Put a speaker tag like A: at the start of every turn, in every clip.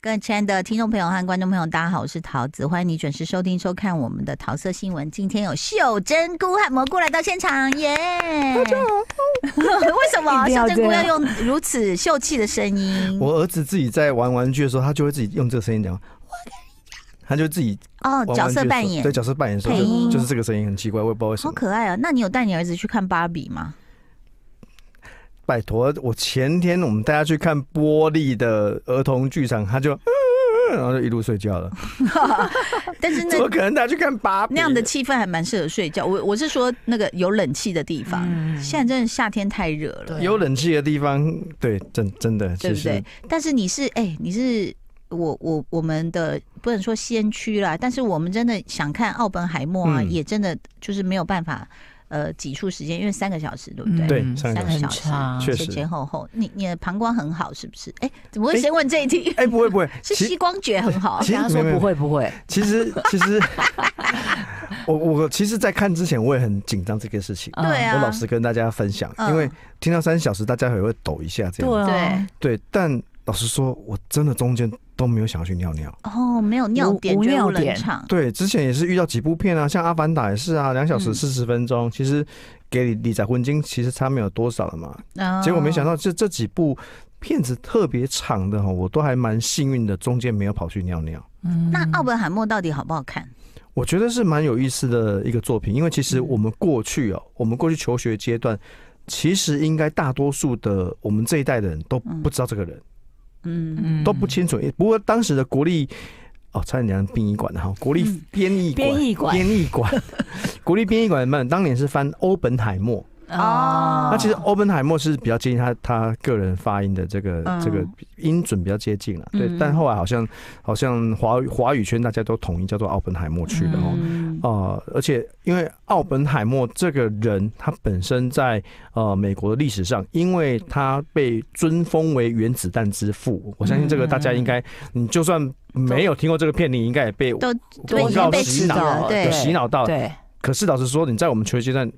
A: 各位亲爱的听众朋友和观众朋友，大家好，我是桃子，欢迎你准时收听收看我们的桃色新闻。今天有秀珍菇和蘑菇来到现场，耶、为什么啊
B: 一定
A: 秀
B: 要
A: 珍菇
B: 这
A: 要
B: 样
A: 用如此秀气的声音？
C: 我儿子自己在玩玩具的时候，他就会自己用这个声音讲，我跟你讲，他就自己
A: 哦
C: 玩玩具，的时
A: 角
C: 候
A: 色扮演
C: 对，角色扮演的时候
A: 配音
C: 就就是这个声音很奇怪，我也不知道为什
A: 好
C: 么。
A: 可爱啊！那你有带你儿子去看芭比吗？
C: 拜托，我前天我们带他去看玻璃的儿童剧场，他就。 呃然后就一路睡觉了，
A: 但是那
C: 怎么可能带他去看芭比？
A: 那样的气氛还蛮适合睡觉。我我是说那个有冷气的地方，现在真的夏天太热了，
B: 对
C: 有冷气的地方，对，真真的，
A: 对
C: 其
A: 不
C: 实
A: 对？但是你是哎、你是我我我们的不能说先驱啦，但是我们真的想看奥本海默啊，
C: 嗯
A: 也真的就是没有办法呃挤出时间，因为三个小时对不对？
B: 嗯
C: 对
B: 嗯
C: 上
A: 三
C: 个
A: 个
B: 很
A: 小时
B: 长
C: 确
A: 前
C: 实
A: 前后后，你你的膀胱很好是不是？哎、怎么会先问这一题？
C: 哎、不会不会，
A: 是
C: 其
A: 膝光觉很好啊，
C: 其实
B: 他说
C: 没有
B: 不会不会，
C: 其实其实， 我我其实，在看之前我也很紧张这个事情。
B: 嗯
A: 对啊
C: 我老实跟大家分享，
A: 嗯
C: 因为听到三小时，大家也会抖一下这样。
B: 对啊
A: 对，
C: 对，但老实说，我真的中间都没有想要去尿尿。
A: 哦，没有尿
B: 无
A: 点，
B: 无
A: 觉得
B: 尿
A: 冷
B: 点
A: 场。
C: 对，之前也是遇到几部片啊，像《阿凡达》也是啊，两小
A: 嗯
C: 时四十分钟，其实给你理财婚金其实差没有多少了嘛。
A: 哦
C: 结果没想到这这几部片子特别长的哈，我都还蛮幸运的，中间没有跑去尿尿。
B: 嗯
A: 那奥本海默到底好不好看？
C: 我觉得是蛮有意思的一个作品，因为其实
B: 嗯
C: 我们过去哦，我们过去求学阶段，其实应该大多数的我们这一代的人都不知道这个人，
A: 嗯，
B: 嗯
C: 都不清楚。不过当时的国立哦，差点讲殡仪馆哈，国立
A: 嗯
C: 编译馆，
B: 编译馆
C: 编译 馆，国立编译馆们当年是翻欧本海默，
B: 啊
A: 哦
C: 那其实欧本海默是比较接近他他个人发音的这个、
A: 嗯
C: 这个音准比较接近了，对。
B: 嗯
C: 但后来好像好像华语华语圈大家都统一叫做奥本海默去了哦。
A: 嗯
C: 啊、而且因为奥本海默这个人，他本身在呃美国的历史上，因为他被尊封为原子弹之父，我相信这个大家
B: 嗯
C: 应该，你就算没有听过这个片，你应该也被
A: 都
B: 都
C: 广
B: 已经
C: 告
B: 被
C: 洗
B: 洗
C: 脑
B: 脑
A: 了
B: 了，
A: 对
C: 有洗脑到。
B: 对，
C: 可是老实说，你在我们求学阶段，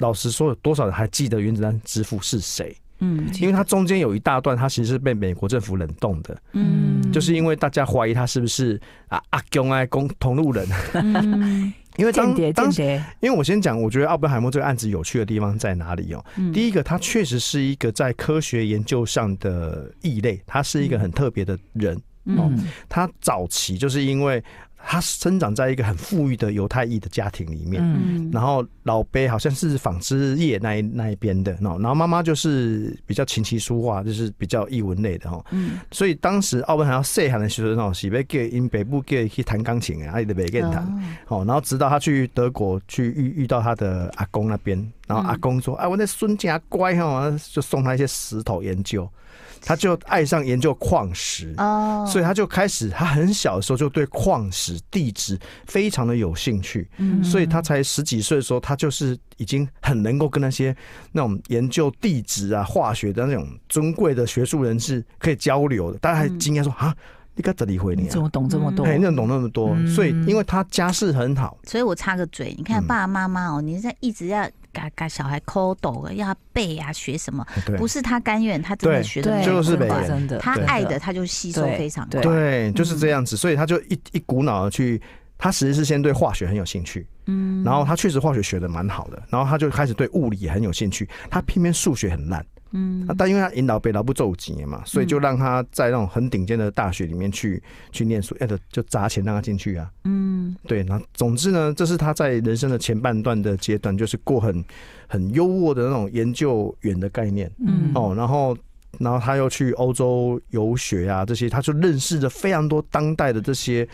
C: 老实说，有多少人还记得原子弹之父是谁？
A: 嗯
C: 因为他中间有一大段，他其实是被美国政府冷冻的，
A: 嗯，
C: 就是因为大家怀疑他是不是啊阿公啊公同路人，
A: 嗯
C: 因为当
B: 间谍间
C: 当
B: 谍，
C: 因为我先讲，我觉得奥本海默这个案子有趣的地方在哪里哦？
A: 嗯
C: 第一个，他确实是一个在科学研究上的异类，他是一个很特别的人。
A: 嗯
C: 他早期就是因为他生长在一个很富裕的犹太裔的家庭里面，
B: 嗯
A: 嗯
C: 然后老贝好像是纺织业那一那一边的，然后然后妈妈就是比较琴棋书画，就是比较译文类的哦。
A: 嗯
C: 所以当时奥本海默细汉的时候，哦，是被给因北部给去弹钢琴的，啊，伊就袂给弹。哦，然后直到他去德国去遇遇到他的阿公那边，然
B: 嗯
C: 后阿公说：“哎，我那孙家乖哦，就送他一些石头研究，他就爱上研究矿石。
A: 哦，
C: 所以他就开始，他很小的时候就对矿石、地质非常的有兴趣，
A: 嗯
C: 所以他才十几岁的时候，他就是已经很能够跟那些那种研究地质啊、化学的那种尊贵的学术人士可以交流的。大家还惊讶说：“啊，你该怎么回
B: 嗯你
C: 你
B: 怎
C: 啊
B: 么懂这么多？
C: 哎，你怎么懂那么多？”
B: 嗯
C: 所以，因为他家世很好，
A: 所以我插个嘴，你看
C: 嗯
A: 爸爸妈妈哦，你在一直要嘎嘎小孩抠抖了，要他背啊学什么，
C: 对
A: 不是他甘愿，他真的
C: 对
A: 学的
B: 对，
A: 没
C: 就
A: 有
C: 是
B: 真
C: 北
B: 的
C: 人
B: 真的，
A: 他
B: 真
A: 爱的，他就吸收
B: 对
A: 非常
B: 对
A: 快，
C: 对，
A: 嗯
C: 就是这样子，所以他就一一股脑的去，他其实是先对化学很有兴趣，
A: 嗯
C: 然后他确实化学学的蛮好的，然后他就开始对物理也很有兴趣，他偏偏数学很烂，
A: 嗯
C: 啊但因为他引导北老不走几年嘛，所以就让他在那种很顶尖的大学里面去去念书，要的就砸钱让他进去啊，
A: 嗯
C: 对，那总之呢，这是他在人生的前半段的阶段，就是过很很优渥的那种研究员的概念。
B: 嗯
C: 哦，然后然后他又去欧洲游学啊，这些他就认识了非常多当代的这些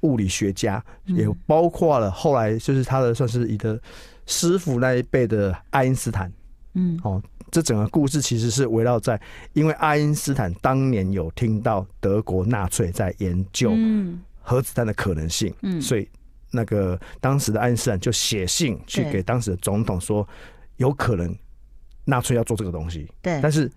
C: 物理学家，
A: 嗯
C: 也包括了后来就是他的算是一个师傅那一辈的爱因斯坦。
A: 嗯
C: 哦，这整个故事其实是围绕在，因为爱因斯坦当年有听到德国纳粹在研究
A: 嗯
C: 核子弹的可能性，
A: 嗯
C: 所以那个当时的爱因斯坦就写信去
A: 对
C: 给当时的总统说，有可能纳粹要做这个东西。
A: 对，
C: 但是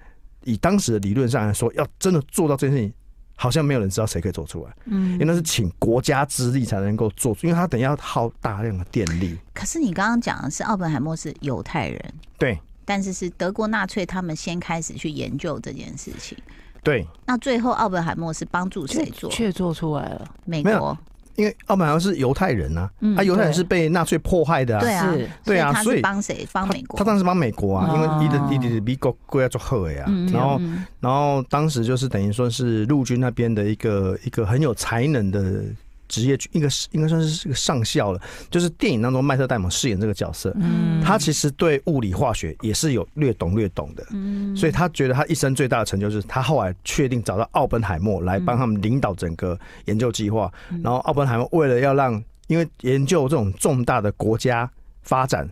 C: 以当时的理论上来说，要真的做到这件事情，好像没有人知道谁可以做出来，
A: 嗯
C: 因为那是请国家之力才能够做出，因为他等一下要耗大量的电力。
A: 可是你刚刚讲的是奥本海默是犹太人，
C: 对，
A: 但是是德国纳粹他们先开始去研究这件事情。
C: 对，
A: 那最后奥本海默是帮助谁做？
B: 却做出来了，
A: 美
C: 没
A: 国
C: 有。因为奥本海默是犹太人啊，
A: 嗯
C: 啊，犹太人
B: 对
C: 是被纳粹迫害的啊，
A: 对啊
B: 是，
A: 所以
C: 对啊
A: 他
C: 所
A: 是
C: 以
A: 帮谁？帮
C: 他
A: 美国。
C: 他当时帮美国啊，因为伊
B: 哦
C: 的伊的美国过来做好的呀、啊，然后
A: 嗯
C: 然后当时就是等于说是陆军那边的一个一个很有才能的职业军，一个应该算是个上校了，就是电影当中麦特戴蒙饰演这个角色，
A: 嗯
C: 他其实对物理化学也是有略懂略懂的，
A: 嗯
C: 所以他觉得他一生最大的成就是他后来确定找到奥本海默来帮他们领导整个研究计划，
A: 嗯
C: 然后奥本海默为了要让，因为研究这种重大的国家发展，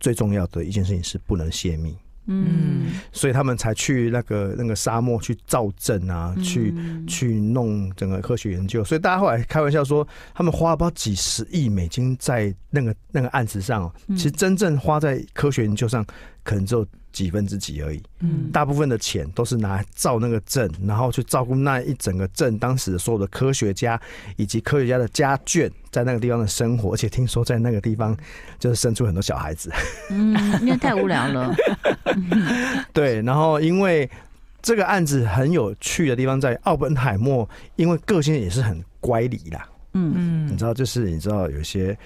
C: 最重要的一件事情是不能泄密。
A: 嗯
B: 嗯
C: 所以他们才去那个那个沙漠去造镇啊，
A: 嗯
C: 去、去弄整个科学研究。所以大家后来开玩笑说，他们花了不知道几十亿美金在那个那个案子上哦，其实真正花在科学研究上，可能只有几分之几而已。
B: 嗯
C: 大部分的钱都是拿来造那个镇，然后去照顾那一整个镇当时的所有的科学家以及科学家的家眷在那个地方的生活，而且听说在那个地方就是生出很多小孩子。
A: 嗯，因为太无聊 了。
C: 对，然后因为这个案子很有趣的地方在奥本海默，因为个性也是很乖离啦，
A: 嗯，
C: 你
B: 嗯，
C: 知道，就是你知道有些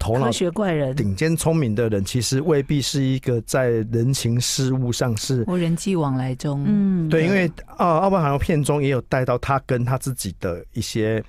C: 头脑
B: 科学怪人，
C: 顶尖聪明的人，其实未必是一个在人情事务上是。
B: 我人际往来中，
A: 嗯，
C: 对，因为呃，奥本海默片中也有带到他跟他自己的一些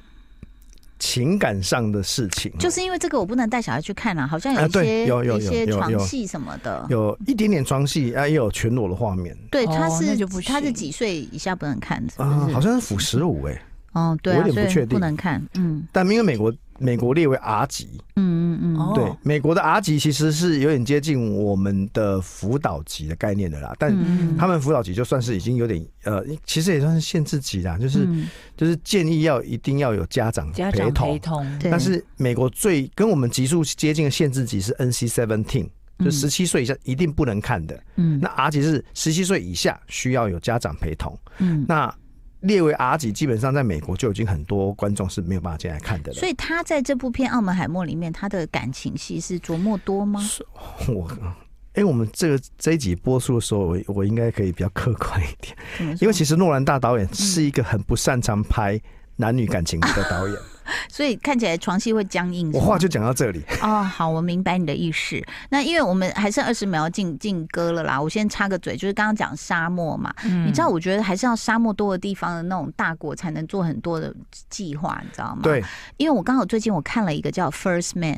C: 情感上的事情哦，
A: 就是因为这个，我不能带小孩去看了，好像有
C: 啊
A: 一
C: 对
A: 些
C: 有有
A: 一
C: 有
A: 些
C: 有
A: 床
C: 有
A: 戏什么的。
C: 有一点点床戏啊，也有全裸的画面
A: 对，
B: 哦
A: 他
B: 那
A: 是
B: 就不
A: 他是
B: 行
A: 几岁以下不能看，是不
C: 啊，
B: 嗯
A: 是
C: 好像是腐蚀五哎，
A: 哦，对
C: 我
A: 啊，
C: 有点
A: 所
C: 不确
A: 以不
C: 定
A: 能看。嗯
C: 但因为美国美国列为 R 级，
A: 嗯嗯嗯，
B: 哦
C: 对，美国的 R 级其实是有点接近我们的辅导级的概念的啦，但
A: 嗯
C: 他们辅导级就算是已经有点呃，其实也算是限制级啦，就是、
A: 嗯
C: 就是建议要一定要有家长
B: 家
C: 陪
B: 长
C: 同
B: 陪。同，
A: 对
C: 但是美国最跟我们级数接近的限制级是 NC seventeen，就
A: 嗯
C: 十七岁以下一定不能看的。
A: 嗯
C: 那 R 级是十七岁以下需要有家长陪同。
A: 嗯，
C: 那列为 R 级，基本上在美国就已经很多观众是没有办法进来看的了。
A: 所以他在这部片《澳门海默》里面，他的感情戏是琢磨多吗？
C: 我，哎、我们这个这一集播出的时候，我我应该可以比较客观一点，
A: 怎么说
C: 因为其实诺兰大导演是一个很不擅长拍男女感情的 导演。
A: 所以看起来床戏会僵硬。
C: 我
A: 是吗
C: 话就讲到这里，
A: 哦，好，我明白你的意思。那因为我们还剩二十秒进进歌了啦，我先插个嘴，就是刚刚讲沙漠嘛，
B: 嗯
A: 你知道，我觉得还是要沙漠多的地方的那种大国才能做很多的计划，你知道吗？，
C: 对，
A: 因为我刚好最近我看了一个叫《First Man》，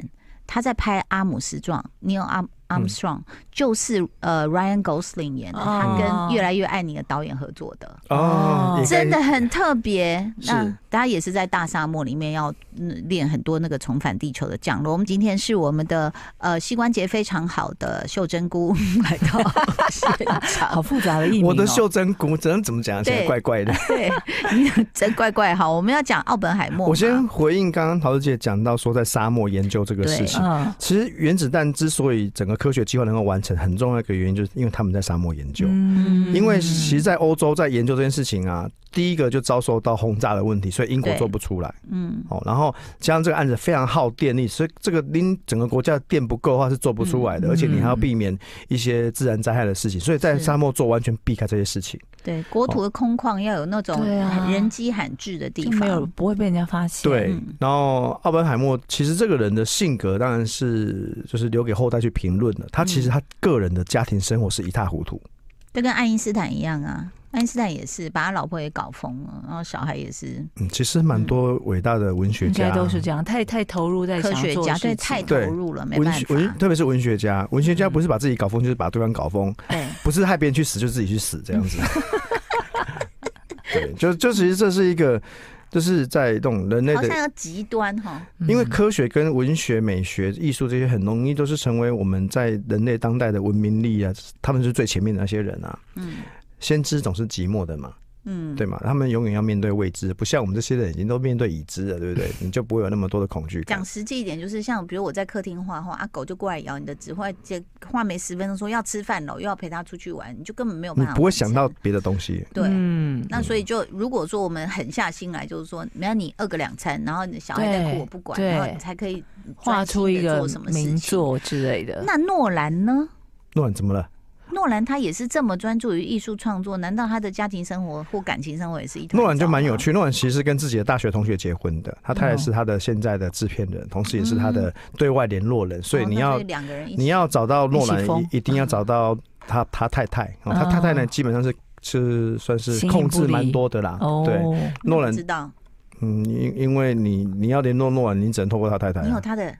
A: 他在拍阿姆斯壮 （Neil Arm- Armstrong），、就是呃 Ryan Gosling 演的，他跟
B: 哦
A: 《越来越爱你》的导演合作的。
B: 哦
C: 哦，也该
A: 真的很特别。
C: 是
A: 那大家也是在大沙漠里面要嗯练很多那个重返地球的降落。我们今天是我们的呃膝关节非常好的秀珍菇 来到 现
B: 好
A: 场，
B: 复杂的意名哦，
C: 我的袖珍菇，真的怎么讲起来
A: 对
C: 怪怪的。
A: 对，你真怪怪好，我们要讲奥本海默嘛。
C: 我先回应刚刚陶子姐讲到说在沙漠研究这个事情。
B: 嗯，
C: 其实原子弹之所以整个科学计划能够完成，很重要的一个原因就是因为他们在沙漠研究。
B: 嗯
C: 因为其实，在欧洲在研究这件事情啊，第一个就遭受到轰炸的问题，所以英国
A: 对
C: 做不出来。
A: 嗯
C: 哦，然后加上这个案子非常耗电力，所以这个拎整个国家的电不够的话是做不出来的，
B: 嗯
C: 而且你还要避免一些自然灾害的事情，所以在
A: 是
C: 沙漠做完全避开这些事情。
A: 对，国土的空旷要有那种
B: 对啊
A: 人迹罕至的地
B: 就
A: 方。
B: 没有不会被人家发现，
C: 对
A: 嗯，
C: 然后奥本海默其实这个人的性格当然是就是留给后代去评论的，他其
B: 嗯
C: 实他个人的家庭生活是一塌糊涂。
A: 就跟爱因斯坦一样啊，爱因斯坦也是把他老婆也搞疯了，然后小孩也是
C: 嗯，其实蛮多伟大的文学
B: 应
C: 家
B: 该都是这样，太太投入在
A: 科学
B: 想做
A: 家，
B: 的事
A: 对，
B: 情
A: 太投
C: 对
A: 入了，没
C: 文
A: 办
C: 学
A: 法
C: 文，特别是文学家，文学
B: 嗯
C: 家不是把自己搞疯，就是把对方搞疯，
A: 对。
C: 不是害别人去死，就自己去死这样子。对，就就其实这是一个，就是在这种人类
A: 好像嗯
C: 的，
A: 要极端哈，
B: 嗯
C: 因为科学跟文学、美学、艺术这些很容易都是成为我们在人类当代的文明力啊，他们是最前面的那些人啊。
A: 嗯
C: 先知总是寂寞的嘛，
A: 嗯，
C: 对嘛？他们永远要面对未知，不像我们这些人已经都面对已知了，对不对？你就不会有那么多的恐惧感
A: 讲。实际一点，就是像比如我在客厅画画，啊狗就过来咬你的纸，或者接画没十分钟说要吃饭了，又要陪它出去玩，你就根本没有
C: 你
A: 办法。
C: 不会想到，别的东西，
A: 对。
B: 嗯
A: 那所以就如果说我们狠下心来，就是说，没有你饿个两餐，然后你的小孩在哭
B: 对
A: 我不管，
B: 对
A: 然后你才可以
B: 画出
A: 专心
B: 一
A: 地
B: 个
A: 做什么事情。
B: 名作之类的。
A: 那诺兰呢？
C: 乱怎么了？
A: 诺兰他也是这么专注于艺术创作，难道他的家庭生活或感情生活也是一团糟吗？
C: 诺兰就蛮有趣，诺兰其实跟自己的大学同学结婚的，他太太是他的现在的制片人，同时也是他的对外联络人，
A: 哦，
C: 所以你
A: 那
C: 要
A: 两个人一起
C: 你要找到诺
B: 一
C: 兰
B: 起疯，
C: 一一定要找到他他太太，哦他
B: 哦
C: 太太呢基本上是是算是
B: 形影
C: 控
B: 不
C: 制
B: 离
C: 蛮多的啦，
B: 哦，
C: 对。诺兰
A: 你知道
C: 嗯，因因为你你要联络诺兰，你只能透过他太太啊、
A: 你有他的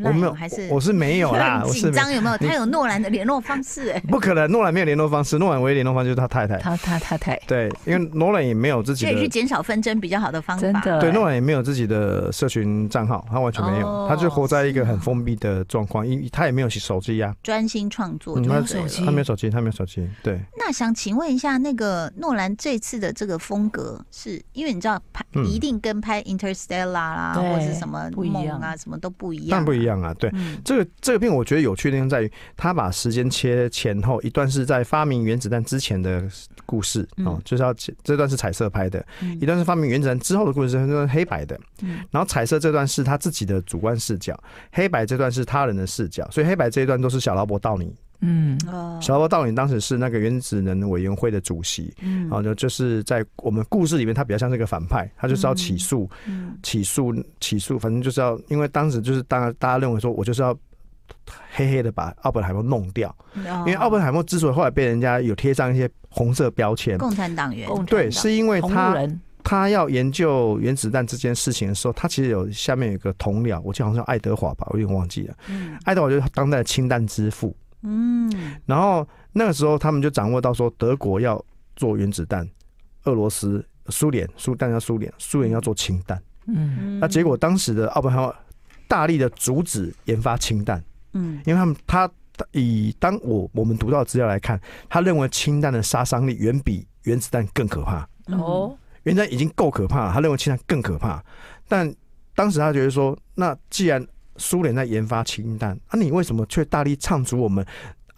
C: 我
A: line
C: 没有，
A: 还是
C: 我我是没有 啦，
A: 很
C: 我是
A: 紧
C: 没
A: 张有没有？
C: 你
A: 他有诺兰的联络方式哎，
C: 不可能，诺兰没有联络方式，诺兰唯一联络方式就是他太太。
B: 他他太太
C: 对，因为诺兰也没有自己
A: 这也是
C: 的，
A: 减少纷争比较好的方法。
B: 真的
C: 对，诺兰也没有自己的社群账号，他完全没有，
A: 哎哦
C: 他就活在一个很封闭的状况，因为他也没有手机呀、
A: 专心创作
C: 嗯
A: 就对
C: 他
A: 了。
B: 手机
C: 他没有手机，他没有手机，对，
A: 那想请问一下，那个诺兰这次的这个风格是，因为你知道拍、
C: 嗯
A: 一定跟拍《Interstellar》啦，
B: 对
A: 或是什么
B: 不一
A: 梦
B: 样
A: 啊，什么都不一样、
C: 但不一。样啊，对。
A: 嗯，
C: 这个这个片我觉得有趣的地方在于，他把时间切前后一段是在发明原子弹之前的故事
A: 嗯
C: 哦，就是要切这段是彩色拍的，
A: 嗯
C: 一段是发明原子弹之后的故事，这段是黑白的
A: 嗯，
C: 然后彩色这段是他自己的主观视角，黑白这段是他人的视角，所以黑白这一段都是小劳勃道尼，
B: 嗯
A: 哦
C: 小劳勃道尼当时是那个原子能委员会的主席，
A: 嗯
C: 然后呢就是在我们故事里面他比较像是个反派，他就是要起诉
A: 嗯
C: 起诉起诉，反正就是要，因为当时就是大家大家认为说我就是要黑黑的把奥本海默弄掉，
A: 因
B: 哦
C: 因为奥本海默之所以后来被人家有贴上一些红色标签。
A: 共产党员，
B: 共产党
C: 对，是因为
B: 同路
C: 他
B: 人
C: 他要研究原子弹这件事情的时候，他其实有下面有一个同僚，我记得好像叫爱德华吧，我有点忘记了。
A: 嗯
C: 爱德华就是当代的氢弹之父。
A: 嗯
C: 然后那个时候他们就掌握到说，德国要做原子弹，俄罗斯、苏联、苏弹要苏联，苏联要做氢弹。
B: 嗯
A: 嗯
C: 那结果当时的奥本海默大力的阻止研发氢弹，
A: 嗯
C: 因为他们他以当我我们读到的资料来看，他认为氢弹的杀伤力远比原子弹更可怕，
A: 嗯
B: 哦，
C: 原子弹已经够可怕了，他认为氢弹更可怕。但当时他觉得说，那既然苏联在研发氢弹，啊，你为什么却大力唱阻我们？啊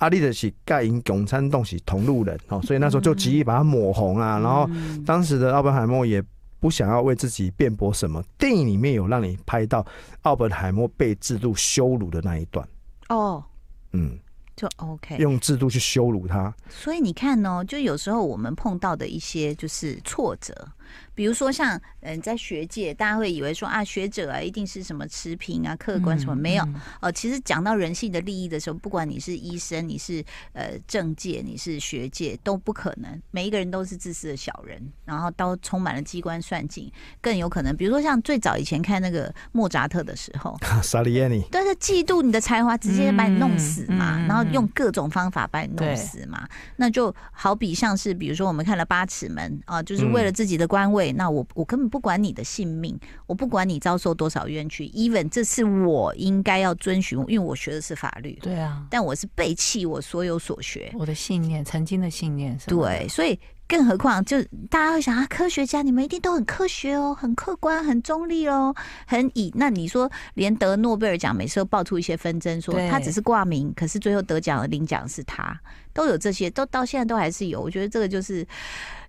C: 阿力的是盖因共产洞是同路人哦，所以那时候就极力把它抹红啊，然后
A: 嗯
C: 当时的奥本海默也不想要为自己辩驳什么。电影里面有让你拍到奥本海默被制度羞辱的那一段，
A: 哦
C: 嗯，
A: 就 OK，
C: 用制度去羞辱他，
A: 所以你看哦，就有时候我们碰到的一些就是挫折，比如说像嗯，在学界，大家会以为说啊，学者啊一定是什么持平啊、客观什么，
B: 嗯
A: 没有
B: 嗯
A: 哦。其实讲到人性的利益的时候，不管你是医生，你是呃政界，你是学界，都不可能，每一个人都是自私的小人，然后都充满了机关算尽，更有可能，比如说像最早以前看那个莫扎特的时候，
C: 萨利耶尼。
A: 但是嫉妒你的才华，直接把你弄死嘛，
B: 嗯嗯嗯
A: 然后用各种方法把你弄死嘛。那就好比像是，比如说我们看了《八尺门》啊，就是为了自己的官位，那我我根本不管你的性命，我不管你遭受多少冤屈，even 这是我应该要遵循，因为我学的是法律，
B: 对啊，
A: 但我是背弃我所有所学，
B: 我的信念，曾经的信念什么的，
A: 对，所以更何况就大家会想啊，科学家你们一定都很科学哦，很客观，很中立哦，很以那你说连得诺贝尔奖每次都爆出一些纷争，说
B: 对
A: 他只是挂名，可是最后得奖的领奖是他，都有这些，都到现在都还是有。我觉得这个就是，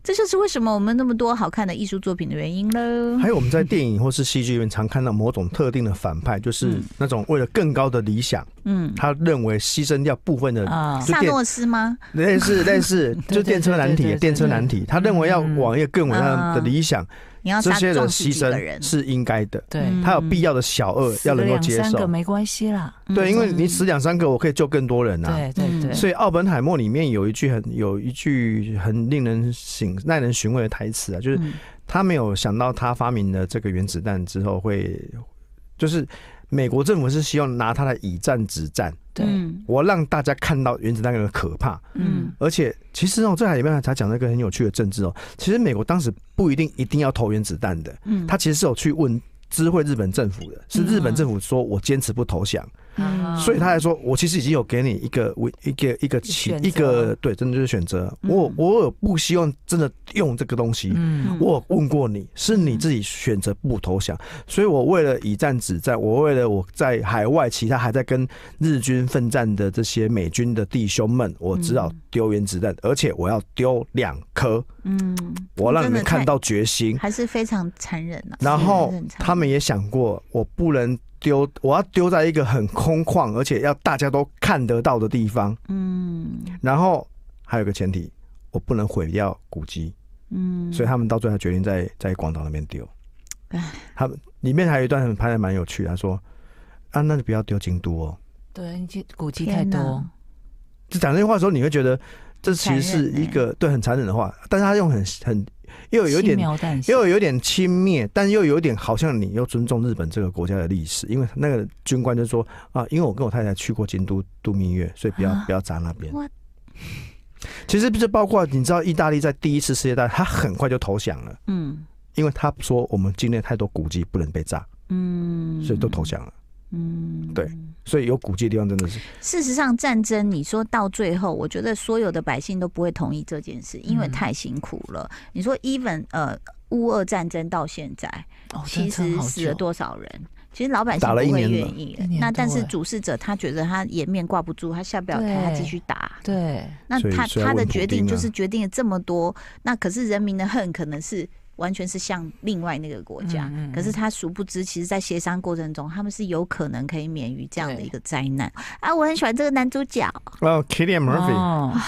A: 这就是为什么我们那么多好看的艺术作品的原因
B: 嗯
A: 喽。
C: 还有我们在电影或是戏剧里面常看到某种特定的反派，就是
A: 嗯
C: 那种为了更高的理想，
A: 嗯，
C: 他认为牺牲掉部分的
B: 啊，
C: 就
A: 萨
C: 电
A: 诺斯吗？
C: 类似类似，
B: 对
C: 就电车难
B: 对对
C: 题，
B: 对
C: 电车
B: 对
C: 难题，他认为要
B: 嗯
C: 往一个更伟大的
A: 嗯
C: 理想，
A: 你要
C: 这
A: 杀
C: 些人
A: 撞死
C: 牺
A: 几个人
C: 牲？是应该的。
B: 对，
A: 嗯
C: 他有必要的小恶
B: 死
C: 要
B: 了
C: 能够
B: 两
C: 接
B: 三个
C: 受，
B: 没关系啦，
A: 嗯
C: 对，因为你死两三个，我可以救更多人啊。
B: 对对对，
C: 所以《奥本海默》里面有一句很有一句很令人醒耐人寻味的台词啊，就是
A: 嗯
C: 他没有想到他发明了这个原子弹之后会，就是美国政府是希望拿他的以战止战，
B: 对，
A: 嗯
C: 我让大家看到原子弹的可怕。
A: 嗯
B: 嗯，
C: 而且其实哦，这海里面他讲了一个很有趣的政治哦，其实美国当时不一定一定要投原子弹的，
A: 嗯
C: 他其实是有去问。知会日本政府的是日本政府说，我坚持不投降，
A: 嗯
C: 所以他还说，我其实已经有给你一个我一个一个起
B: 选择
C: 一个对，真的就是选择。
A: 嗯
C: 我我有不希望真的用这个东西，
B: 嗯
C: 我有问过你，是你自己选择不投降，所以我为了以战止战，我为了我在海外其他还在跟日军奋战的这些美军的弟兄们，我只好丢原子弹，而且我要丢两颗，
A: 嗯，
C: 我让你
A: 真的
C: 们
A: 太
C: 看到决心。
A: 还是非常残忍啊。
C: 然后
A: 是很残忍
C: 他们也想过，我不能丢，我要丢在一个很空旷，而且要大家都看得到的地方。
A: 嗯
C: 然后还有个前提，我不能毁掉古迹，
A: 嗯，
C: 所以他们到最后决定在在广岛那边丢
A: 唉。
C: 他们里面还有一段拍的蛮有趣的，他说：“啊，那就不要丢京都哦。
B: 对，你记古迹
A: 天
B: 太多
A: 哪，”
C: 就讲这句话的时候，你会觉得这其实是一个对很残忍的嗯话，但是他用很很又有一点
B: 轻描淡写，
C: 又有点轻蔑，但又有点好像你又尊重日本这个国家的历史，因为那个军官就说啊，因为我跟我太太去过京都度蜜月，所以不要
A: 啊
C: 不要砸那边
A: What？。
C: 其实这包括你知道，意大利在第一次世界大战，他很快就投降了，
A: 嗯
C: 因为他说我们境内太多古迹不能被炸，
A: 嗯，
C: 所以都投降了。
A: 嗯
C: 对所以有古迹的地方真的是，
A: 事实上，战争你说到最后，我觉得所有的百姓都不会同意这件事，因为
B: 嗯
A: 太辛苦了。你说，even 呃，乌俄战争到现在，
B: 哦，
A: 其
B: 真的
A: 实
B: 好
A: 死了
B: 久，
A: 多少人？其实老百姓
C: 打
A: 不
C: 了一
A: 会
C: 年了
A: 愿意
B: 一年
A: 那但
B: 多
A: 是
B: 哎
A: 主事者他觉得他颜面挂不住，他下不了
B: 对
A: 台，他继续打。
B: 对，
A: 那
C: 所以
A: 他
C: 是要
A: 他的
C: 问普
A: 决定
C: 丁啊
A: 就是决定了这么多，那可是人民的恨可能是完全是向另外那个国家，
B: 嗯嗯嗯
A: 可是他殊不知，其实，在协商过程中，他们是有可能可以免于这样的
B: 对
A: 一个灾难啊！我很喜欢这个男主角，
C: 哦 k i l l i a n Murphy，
B: 哦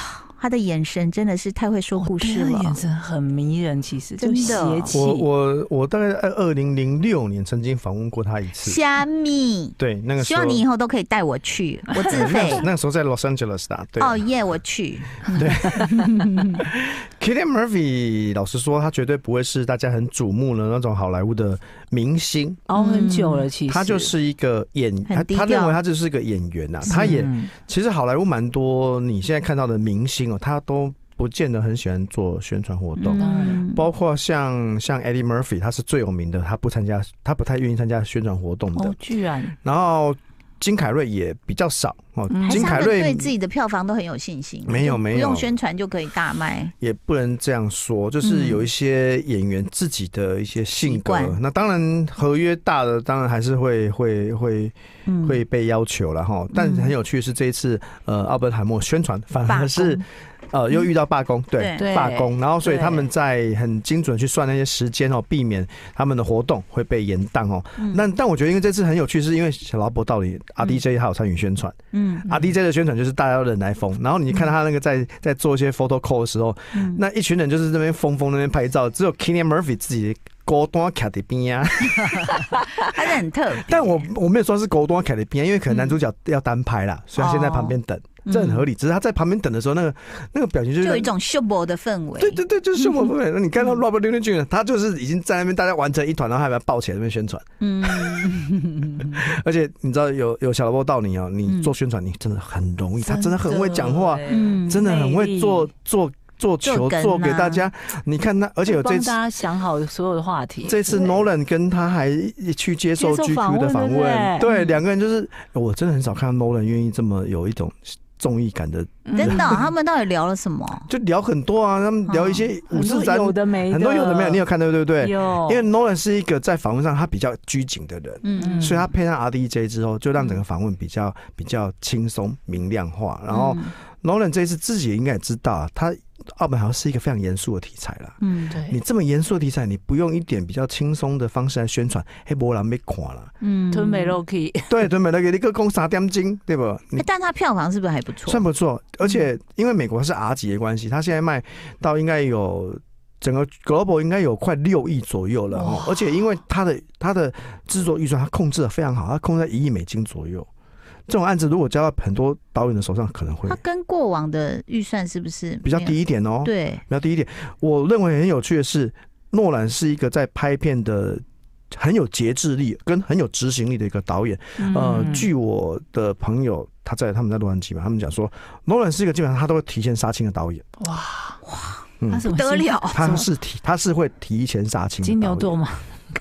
A: 他的眼神真的是太会说
B: 哦
A: 故
B: 对
A: 事
B: 他
A: 了，
B: 眼神很迷人，其实
A: 啊真
B: 就
A: 的
B: 邪气。
C: 我我我大概在二零零六年曾经访问过他一次，
A: 虾米。
C: 对，那个
A: 希
C: 时候
A: 望你以后都可以带我去， 我自费。
C: 那个时候在 Los Angeles 打， 对，啊
A: 哦耶，我 去。
C: Killian Murphy，老实说，他绝对不会是大家很瞩目的那种好莱坞的明星，
B: 熬很久了，其实
C: 嗯他就是一个演，他
A: 很低
C: 他
A: 调
C: 认为他就是一个演员呐、他也
B: 嗯
C: 其实好莱坞蛮多你现在看到的明星哦，他都不见得很喜欢做宣传活动。
B: 当然
A: 嗯
C: 包括像像 Eddie Murphy，他是最有名的，他不参加，他不太愿意参加宣传活动的。
B: 哦，居然
C: 然后金凯瑞也比较少哦，
B: 嗯
A: 还是
C: 金
A: 他
C: 凯
A: 们
C: 瑞
A: 对自己的票房都很有信心，
C: 没有
A: 就
C: 没
A: 不用
C: 有
A: 宣传就可以大卖。
C: 也不能这样说，就是有一些演员自己的一些性格。
A: 嗯习惯
C: 那当然，合约大的当然还是会会会
A: 嗯，
C: 会被要求了哈。但很有趣是这一次，呃，奥本海默宣传反
A: 罢
C: 而
A: 工
C: 啊是呃又遇到罢工，对。
A: 嗯对
B: 对
C: 罢工，然后所以
B: 对
C: 他们在很精准去算那些时间哦，避免他们的活动会被延宕哦。
A: 嗯
C: 那但我觉得，因为这次很有趣，是因为小劳勃到底
A: 嗯
C: RDJ 他有参与宣传
A: 嗯
C: ，RDJ 的宣传就是大家都人来疯，然后你看他那个在在做一些 photo call 的时候，
A: 嗯
C: 那一群人就是这边疯疯那边拍照，只有 Kenny Murphy 自己高端卡的 边啊。
A: 他啊是很特别，
C: 但我我没有说是高端卡的边，因为可能男主角要单拍啦，所以他先在旁边等，这很合理。只是他在旁边等的时候，那个那个表情就
A: 嗯，
C: 是
A: 哦就有一。种嗯秀博的氛围。
C: 对对对，就是我 不那你看到 Robert Downey Jr.，他就是已经在那边大家玩成一团，然后还把他抱起来那边宣传。
A: 嗯，
C: 而且你知道有有小萝卜到你哦，你
A: 嗯
C: 做宣传你真的很容易，他真的很会讲话，
A: 嗯
C: 真的很
B: 魅
C: 会
B: 力
C: 做做做球
A: 做梗啊
C: 做给大家。你看他，而且有
B: 嗯帮
C: 这次
B: 大家想好所有的话题。
C: 这次 Nolan 跟他还一去接受
B: 接受
C: GQ
B: 访
C: 的
B: 问
C: 访
B: 对不
C: 问，
B: 对嗯
C: 对，两个人就是我真的很少看到 Nolan 愿意这么有一种综艺感的，
B: 嗯
A: 真的哦，他们到底聊了什么？
C: 就聊很多啊，他们聊一些
B: 很
C: 五
B: 多
C: 四三，
B: 嗯有的没的，
C: 很多有的没有，你有看到对不对？
B: 有，
C: 因为 Nolan 是一个在访问上他比较拘谨的人。
A: 嗯
B: 嗯
C: 所以他配上 RDJ 之后，就让整个访问比较比较轻松明亮化。然后
B: 嗯
C: Nolan 这一次自己也应该也知道啊，他奥本好像是一个非常严肃的题材啦。
A: 嗯
B: 对
C: 你这么严肃的题材，你不用一点比较轻松的方式来宣传，黑波兰被垮了。
A: 嗯
B: 吞美肉 K，
C: 对，对，美乐给你个攻啥点金，对不？你
A: 哎但他票房是不是还不错
C: 算？不错，而且因为美国是 R 级的关系，它现在卖到应该有整个 global 应该有快六亿左右了哦
B: 哇。
C: 而且因为它的它的制作预算它控制的非常好，它控制在一亿美金左右。这种案子如果交到很多导演的手上，可能会
A: 他跟过往的预算是不是
C: 比较
A: 没有？
C: 低一点哦。
A: 对，
C: 比较低一点。我认为很有趣的是，诺兰是一个在拍片的很有节制力跟很有执行力的一个导演。呃，
B: 嗯
C: 据我的朋友，他在他们在洛杉矶嘛，他们讲说，诺兰是一个基本上他都会提前杀青的导演。
B: 哇
C: 嗯
B: 他什么
A: 不得
B: 星
A: 了，
C: 他是提他是会提前杀青的
B: 金牛
C: 导
B: 座
C: 演。
B: 吗？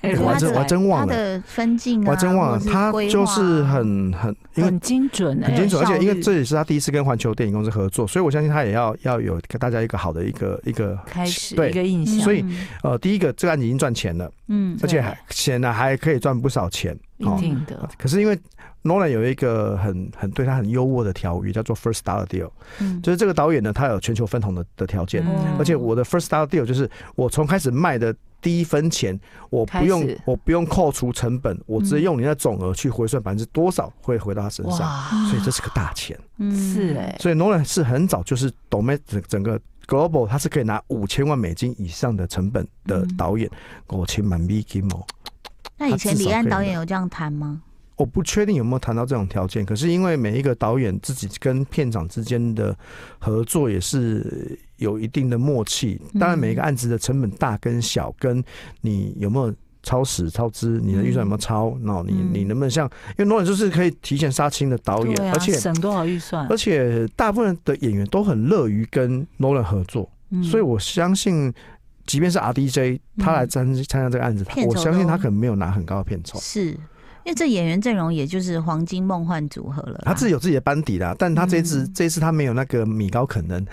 B: 哎
A: 座
C: 我还
A: 他
C: 真
A: 的
C: 我还真
A: 他
C: 忘了，
A: 的分镜
C: 我
A: 啊，
C: 还真忘了，
A: 或是
C: 他
A: 规划啊
C: 就是很很因为。
B: 很精准
C: 很
B: 哎，
C: 精准，而
A: 效
C: 且因为
A: 率
C: 这也是他第一次跟环球电影公司合作，所以我相信他也要要有给大家一个好的一个一个
B: 开始
C: 对
B: 一个印象，
C: 所以呃，第一个这个案子已经赚钱了，
A: 嗯
C: 而且
B: 对
C: 还显然还可以赚不少钱，哦啊
B: 一定的，
C: 可是因为 Nolan 有一个很很对他很优渥的条约，叫做 First Star Deal，
A: 嗯
C: 就是这个导演呢，他有全球分红的的条件，
B: 嗯
C: 而且我的 First Star Deal 就是我从开始卖的第一分钱，我不
B: 开
C: 用
B: 始嗯
C: 我不用扣除成本，我直接用你的总额去回算百分之多少会回到他身上，
B: 哇，
C: 所以这是个大钱。
A: 嗯
B: 是哎、
C: 所以 Nolan 是很早就是懂妹整整个 Global，他是可以拿五千万美金以上的成本的
B: 嗯
C: 导演，我千万美金哦。
A: 那以前李安
C: 他至少可以
A: 导演有这样谈吗？
C: 我不确定有没有谈到这种条件，可是因为每一个导演自己跟片场之间的合作也是有一定的默契。当然，每一个案子的成本大跟小，跟你有没有超时超支，你的预算有没有超，那、你
A: 嗯
C: 你能不能像，因为诺兰就是可以提前杀青的导演，
B: 对啊，
C: 而且
B: 省多少预算
C: 而，且大部分的演员都很乐于跟诺兰合作，
B: 嗯
C: 所以我相信。即便是 RDJ，他来参参加这个案子，
A: 片酬
C: 我相信
A: 都
C: 他可能没有拿很高的片酬。
A: 是。因为这演员阵容也就是黄金梦幻组合了啦，
C: 他自己有自己的班底啦，但他这一次、
A: 嗯
C: 这一次他没有那个米高肯恩，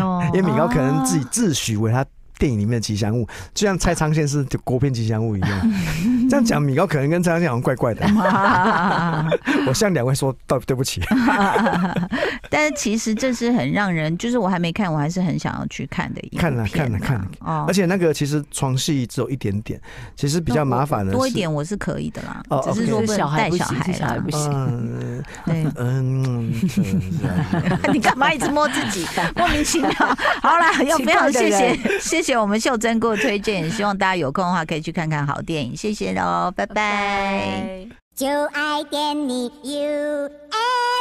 B: 哦
C: 因为米高肯恩自己
A: 哦
C: 自诩为他电影里面的吉祥物，就像蔡昌宪是国片吉祥物 一样。这样讲米高肯恩跟蔡昌宪好像怪怪的，我向两位说道对不起。
A: 哦但是其实这是很让人，就是我还没看，我还是很想要去看的一部
C: 看
A: 片、
C: 了
A: 啊。
C: 看了看了
A: 哦，
C: 而且那个其实床戏只有一点点，其实比较麻烦的是
A: 多一。点我是可以的啦，
C: 哦
A: 只是说
C: OK
A: 不能
B: 小孩
A: 带
B: 不
A: 小
B: 行
A: 孩
B: 小孩
A: 啦
B: 不行
C: 嗯
A: 对，
C: 嗯，真是
A: 你干嘛一直摸自 己？莫名其妙。好啦，要
B: 奇
A: 非常
B: 怪的
A: 谢谢
B: 人
A: 谢谢我们秀珍给我推荐，希望大家有空的话可以去看看好电影，谢谢喽，拜拜
D: 就爱点你 UFO。